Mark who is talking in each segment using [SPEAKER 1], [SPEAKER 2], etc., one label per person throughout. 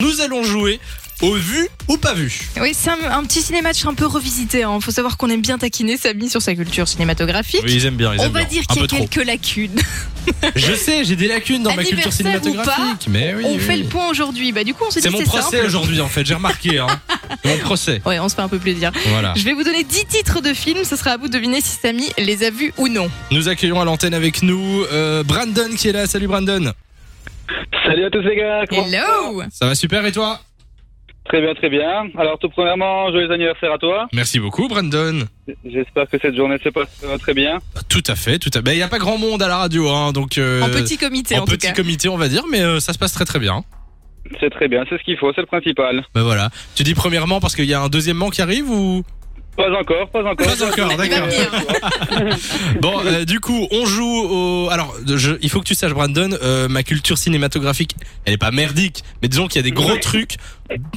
[SPEAKER 1] Nous allons jouer au vu ou pas vu.
[SPEAKER 2] Oui, c'est un, un petit cinématch un peu revisité. Il faut savoir qu'on aime bien taquiner Samy sur sa culture cinématographique.
[SPEAKER 1] ils aiment bien, ils
[SPEAKER 2] On
[SPEAKER 1] aiment
[SPEAKER 2] va
[SPEAKER 1] bien.
[SPEAKER 2] dire
[SPEAKER 1] Un
[SPEAKER 2] qu'il y
[SPEAKER 1] peu
[SPEAKER 2] a
[SPEAKER 1] trop.
[SPEAKER 2] quelques lacunes.
[SPEAKER 1] Je sais, j'ai des lacunes dans ma culture
[SPEAKER 2] Anniversaire ou pas,
[SPEAKER 1] cinématographique. mais oui,
[SPEAKER 2] on
[SPEAKER 1] oui.
[SPEAKER 2] fait le point aujourd'hui. Bah du coup, on se dit
[SPEAKER 1] C'est mon
[SPEAKER 2] c'est
[SPEAKER 1] procès
[SPEAKER 2] simple.
[SPEAKER 1] aujourd'hui en fait, j'ai remarqué. Hein. C'est mon procès.
[SPEAKER 2] Ouais, on se fait un peu plaisir.
[SPEAKER 1] Voilà.
[SPEAKER 2] Je vais vous donner 10 titres de films, ce sera à vous de deviner si Samy les a vus ou non.
[SPEAKER 1] Nous accueillons à l'antenne avec nous euh, Brandon qui est là. Salut Brandon.
[SPEAKER 3] Salut à tous les gars, comment
[SPEAKER 2] Hello
[SPEAKER 1] Ça va super et toi
[SPEAKER 3] Très bien, très bien. Alors tout premièrement, joyeux anniversaire à toi.
[SPEAKER 1] Merci beaucoup Brandon. Bah,
[SPEAKER 3] J'espère que cette journée se passe euh, très bien.
[SPEAKER 1] Tout à fait, tout à fait. Il n'y a pas grand monde à la radio, hein, donc. euh,
[SPEAKER 2] En petit comité
[SPEAKER 1] en
[SPEAKER 2] en, tout
[SPEAKER 1] petit
[SPEAKER 2] cas.
[SPEAKER 1] comité, on va dire, mais euh, ça se passe très très bien.
[SPEAKER 3] C'est très bien, c'est ce qu'il faut, c'est le principal.
[SPEAKER 1] Bah voilà. Tu dis premièrement parce qu'il y a un deuxièmement qui arrive ou
[SPEAKER 3] Pas encore, pas encore. Euh,
[SPEAKER 1] Pas encore,
[SPEAKER 2] Il va
[SPEAKER 1] d'accord.
[SPEAKER 2] venir.
[SPEAKER 1] Bon, euh, du coup, on joue au. Alors, je- il faut que tu saches, Brandon, euh, ma culture cinématographique, elle est pas merdique, mais disons qu'il y a des gros
[SPEAKER 3] Ouais.
[SPEAKER 1] trucs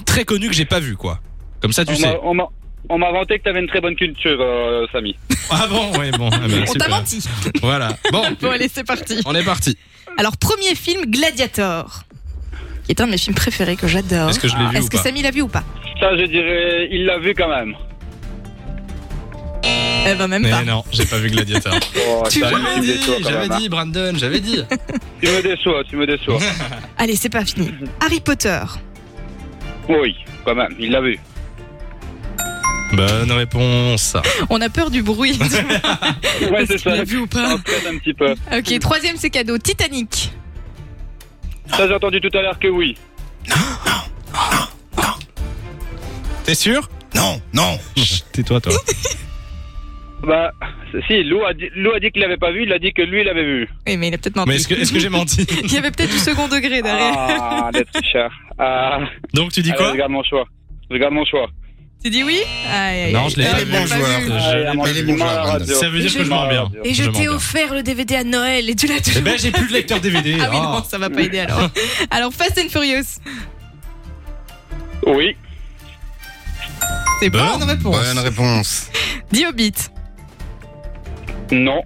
[SPEAKER 1] très connus que j'ai pas vu, quoi. Comme ça, tu
[SPEAKER 3] On m'a-
[SPEAKER 1] sais.
[SPEAKER 3] on m'a- on m'a vanté que t'avais une très bonne culture, euh, Samy.
[SPEAKER 1] Ah bon, ouais, bon. ah ben,
[SPEAKER 2] On t'a
[SPEAKER 1] super.
[SPEAKER 2] menti.
[SPEAKER 1] Voilà. Bon,
[SPEAKER 2] Bon allez, c'est parti.
[SPEAKER 1] on est parti.
[SPEAKER 2] Alors, premier film, Gladiator. Qui est un de mes films préférés que j'adore.
[SPEAKER 1] Est-ce que je l'ai vu
[SPEAKER 2] Hein Ah, Est-ce
[SPEAKER 1] ou
[SPEAKER 2] que
[SPEAKER 1] pas
[SPEAKER 2] Samy l'a vu ou pas
[SPEAKER 3] Ça, je dirais, il l'a vu quand même.
[SPEAKER 2] Eh ben même pas.
[SPEAKER 1] Mais non, j'ai pas vu Gladiator.
[SPEAKER 3] Oh,
[SPEAKER 2] Tu
[SPEAKER 3] Samy,
[SPEAKER 1] J'avais
[SPEAKER 3] me
[SPEAKER 1] dit,
[SPEAKER 3] déçois quand
[SPEAKER 1] j'avais
[SPEAKER 3] même, hein.
[SPEAKER 1] dit, Brandon, j'avais dit.
[SPEAKER 3] Tu me déçois, tu me déçois.
[SPEAKER 2] Allez, c'est pas fini. Harry Potter.
[SPEAKER 3] oui, quand même, il l'a vu.
[SPEAKER 1] Bonne réponse.
[SPEAKER 2] On a peur du bruit.
[SPEAKER 3] Ouais,
[SPEAKER 2] Est-ce
[SPEAKER 3] c'est
[SPEAKER 2] qu'il
[SPEAKER 3] ça. Ah.
[SPEAKER 2] l'a vu ou
[SPEAKER 1] hein.
[SPEAKER 2] pas
[SPEAKER 3] En fait, un petit peu.
[SPEAKER 2] Ok, troisième c'est cadeau, Titanic.
[SPEAKER 3] Ça, j'ai entendu tout à l'heure que oui.
[SPEAKER 1] T'es sûr
[SPEAKER 4] Non, non.
[SPEAKER 1] Chut, Tais-toi, toi.
[SPEAKER 3] Bah, si, Lou a dit, Lou a dit qu'il l'avait pas vu, il a dit que lui, il l'avait vu.
[SPEAKER 2] Oui, mais il a peut-être menti.
[SPEAKER 1] Mais est-ce que, est-ce que j'ai menti
[SPEAKER 2] Il y avait peut-être du second degré derrière.
[SPEAKER 3] Ah, les tricheurs. Ah,
[SPEAKER 1] Donc, tu dis
[SPEAKER 3] allez,
[SPEAKER 1] quoi
[SPEAKER 3] regarde mon choix. Regarde mon choix.
[SPEAKER 2] Tu dis oui Aïe, aïe,
[SPEAKER 1] Non,
[SPEAKER 2] aïe.
[SPEAKER 1] je l'ai
[SPEAKER 2] Elle
[SPEAKER 1] pas
[SPEAKER 2] est
[SPEAKER 1] vu.
[SPEAKER 2] pas
[SPEAKER 4] joueur.
[SPEAKER 2] vue.
[SPEAKER 1] Je
[SPEAKER 3] Ah,
[SPEAKER 1] l'ai
[SPEAKER 3] il a
[SPEAKER 1] pas
[SPEAKER 3] mangé
[SPEAKER 4] vu.
[SPEAKER 3] du mal à la radio.
[SPEAKER 1] Ça veut dire
[SPEAKER 2] Et
[SPEAKER 1] que je
[SPEAKER 2] je-
[SPEAKER 1] mens bien.
[SPEAKER 2] Et je,
[SPEAKER 1] Je
[SPEAKER 2] t'ai
[SPEAKER 1] m'en hein.
[SPEAKER 2] offert le DVD à Noël et tu l'as toujours.
[SPEAKER 1] Eh ben, j'ai plus de lecteur DVD.
[SPEAKER 2] ah oui,
[SPEAKER 1] Ah.
[SPEAKER 2] non, ça va pas aider alors. alors, Fast and Furious.
[SPEAKER 3] Oui,
[SPEAKER 2] C'est
[SPEAKER 1] Bonne
[SPEAKER 2] pas une réponse.
[SPEAKER 1] Bah
[SPEAKER 4] Bonne réponse.
[SPEAKER 2] The Hobbit.
[SPEAKER 3] non.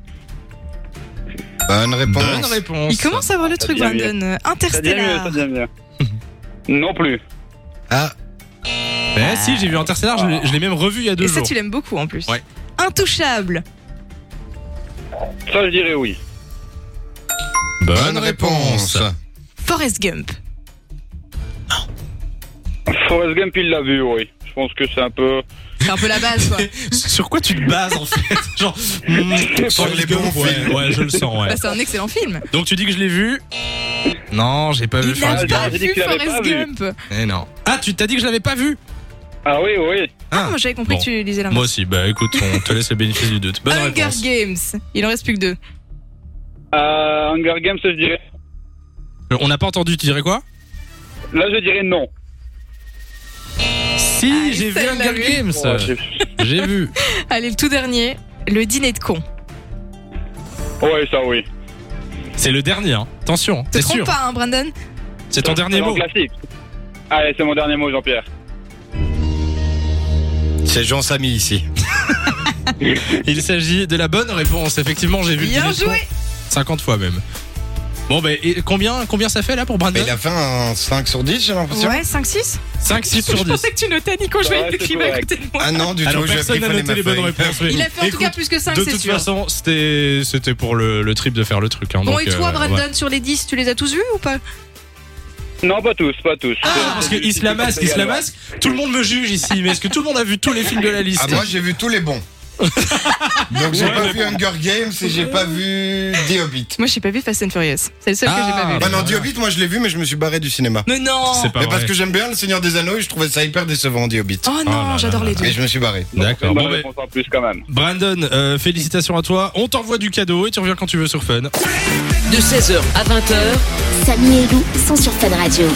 [SPEAKER 4] Bonne réponse.
[SPEAKER 1] Bonne réponse.
[SPEAKER 2] Il commence à avoir le
[SPEAKER 3] Ça
[SPEAKER 2] truc,
[SPEAKER 3] devient mieux.
[SPEAKER 2] Brandon. Euh,
[SPEAKER 3] Ça devient mieux,
[SPEAKER 2] Interstellar.
[SPEAKER 3] ça devient mieux. non plus.
[SPEAKER 4] Ah,
[SPEAKER 1] Ben si, j'ai vu Interstellar, je l'ai- je l'ai même revu il y a deux
[SPEAKER 2] Et ça,
[SPEAKER 1] jours.
[SPEAKER 2] tu l'aimes beaucoup en plus.
[SPEAKER 1] Ouais.
[SPEAKER 2] Intouchable.
[SPEAKER 3] Ça, je dirais oui.
[SPEAKER 4] bonne réponse.
[SPEAKER 2] Forrest Gump.
[SPEAKER 3] Forrest Gump, il l'a vu, oui. Je pense que c'est un peu.
[SPEAKER 2] C'est un peu la base, quoi.
[SPEAKER 1] Sur quoi tu te bases en fait Genre, hmm,
[SPEAKER 4] Sur les bons
[SPEAKER 1] ouais,
[SPEAKER 4] films.
[SPEAKER 1] ouais, je le sens, ouais.
[SPEAKER 2] Bah, c'est un excellent film.
[SPEAKER 1] Donc tu dis que je l'ai vu Non, j'ai pas vu
[SPEAKER 2] Il n'a
[SPEAKER 1] Forrest
[SPEAKER 2] pas
[SPEAKER 1] Gump.
[SPEAKER 3] J'ai dit
[SPEAKER 2] vu
[SPEAKER 3] qu'il l'avait
[SPEAKER 2] Forrest
[SPEAKER 3] pas vu.
[SPEAKER 2] Gump.
[SPEAKER 1] Eh non. Ah, tu t'as dit que je l'avais pas vu
[SPEAKER 3] Ah oui, oui.
[SPEAKER 2] Ah, moi j'avais compris
[SPEAKER 1] bon.
[SPEAKER 2] que tu lisais la
[SPEAKER 1] Moi aussi, bah écoute, on te laisse le bénéfice du doute. Bonne
[SPEAKER 2] Hunger
[SPEAKER 1] réponse.
[SPEAKER 2] Games. Il en reste plus que deux.
[SPEAKER 3] Euh, Hunger Games, ça, je dirais.
[SPEAKER 1] Euh, On n'a pas entendu, tu dirais quoi
[SPEAKER 3] Là, je dirais non.
[SPEAKER 1] Si,
[SPEAKER 2] Ah,
[SPEAKER 1] j'ai vu
[SPEAKER 2] celle-là,
[SPEAKER 1] Hunger
[SPEAKER 2] oui.
[SPEAKER 1] Games.
[SPEAKER 3] Oh, j'ai-
[SPEAKER 1] J'ai vu.
[SPEAKER 2] Allez, le tout dernier. Le dîner de con.
[SPEAKER 3] ouais, ça, oui.
[SPEAKER 1] C'est le dernier, hein. attention,
[SPEAKER 2] Te
[SPEAKER 1] t'es
[SPEAKER 2] trompe
[SPEAKER 1] sûr
[SPEAKER 2] pas, hein, Brandon
[SPEAKER 1] C'est ton dernier
[SPEAKER 3] mon
[SPEAKER 1] mot.
[SPEAKER 3] classique. Allez, c'est mon dernier mot, Jean-Pierre.
[SPEAKER 4] C'est Jean Samy ici.
[SPEAKER 1] Il s'agit de la bonne réponse. Effectivement, j'ai vu. le
[SPEAKER 2] Bien
[SPEAKER 1] Guinness Book
[SPEAKER 2] joué
[SPEAKER 1] 50 fois même. Bon, ben, et combien, combien ça fait là pour
[SPEAKER 4] Mais
[SPEAKER 1] Brandon
[SPEAKER 4] Ben, il a fait un 5 sur 10, j'ai l'impression.
[SPEAKER 2] Ouais, 5-6
[SPEAKER 1] 5, 6 sur
[SPEAKER 2] Je
[SPEAKER 1] 10.
[SPEAKER 2] pensais que tu notais Nico, je
[SPEAKER 3] Ouais,
[SPEAKER 2] voyais
[SPEAKER 3] c'est
[SPEAKER 2] qu'il va
[SPEAKER 3] correct.
[SPEAKER 2] écouter de moi.
[SPEAKER 4] Ah non, du
[SPEAKER 1] Alors,
[SPEAKER 4] tout, j'ai appris
[SPEAKER 1] personne n'a
[SPEAKER 4] qu'il
[SPEAKER 1] noté
[SPEAKER 4] fallait
[SPEAKER 1] les bonnes
[SPEAKER 4] ma feuille.
[SPEAKER 1] réponses. oui.
[SPEAKER 2] Il a fait en tout
[SPEAKER 1] Ah, Écoute,
[SPEAKER 2] cas plus que 5,
[SPEAKER 1] De
[SPEAKER 2] c'est
[SPEAKER 1] toute
[SPEAKER 2] sûr.
[SPEAKER 1] façon, c'était c'était pour le, le trip de faire le truc. Hein,
[SPEAKER 2] bon,
[SPEAKER 1] donc,
[SPEAKER 2] et toi,
[SPEAKER 1] euh,
[SPEAKER 2] Brandon,
[SPEAKER 1] ouais.
[SPEAKER 2] sur les 10, tu les as tous vus ou pas
[SPEAKER 3] Non, pas tous, pas tous.
[SPEAKER 1] Ah, parce qu'il se la masque, il se la masque. Tout le monde me juge ici, mais est-ce que tout le monde a vu tous les films de la liste
[SPEAKER 4] Ah, moi j'ai vu tous les bons. Donc j'ai
[SPEAKER 1] Ouais,
[SPEAKER 4] pas
[SPEAKER 1] mais
[SPEAKER 4] vu Hunger Games et j'ai pas vu The Hobbit.
[SPEAKER 2] Moi, j'ai pas vu Fast and Furious. C'est le seul que
[SPEAKER 1] Ah.
[SPEAKER 2] j'ai pas vu.
[SPEAKER 4] Bah non,
[SPEAKER 1] voilà.
[SPEAKER 4] The Hobbit, moi je l'ai vu, mais je me suis barré du cinéma.
[SPEAKER 2] Mais non
[SPEAKER 1] C'est pas
[SPEAKER 4] mais parce
[SPEAKER 1] vrai.
[SPEAKER 4] que j'aime bien Le Seigneur des Anneaux et je trouvais ça hyper décevant, The Hobbit.
[SPEAKER 2] Oh
[SPEAKER 1] Ah là
[SPEAKER 2] non,
[SPEAKER 1] là
[SPEAKER 2] j'adore
[SPEAKER 1] là
[SPEAKER 2] les
[SPEAKER 1] là.
[SPEAKER 2] deux.
[SPEAKER 4] Mais je me suis barré.
[SPEAKER 1] D'accord.
[SPEAKER 3] Bon,
[SPEAKER 1] Bon, ben,
[SPEAKER 3] en plus, quand même.
[SPEAKER 1] Brandon, euh, félicitations à toi. On t'envoie du cadeau et tu reviens quand tu veux sur Fun.
[SPEAKER 5] de 16h à 20h.
[SPEAKER 6] Samy et Lou sont sur Fun Radio.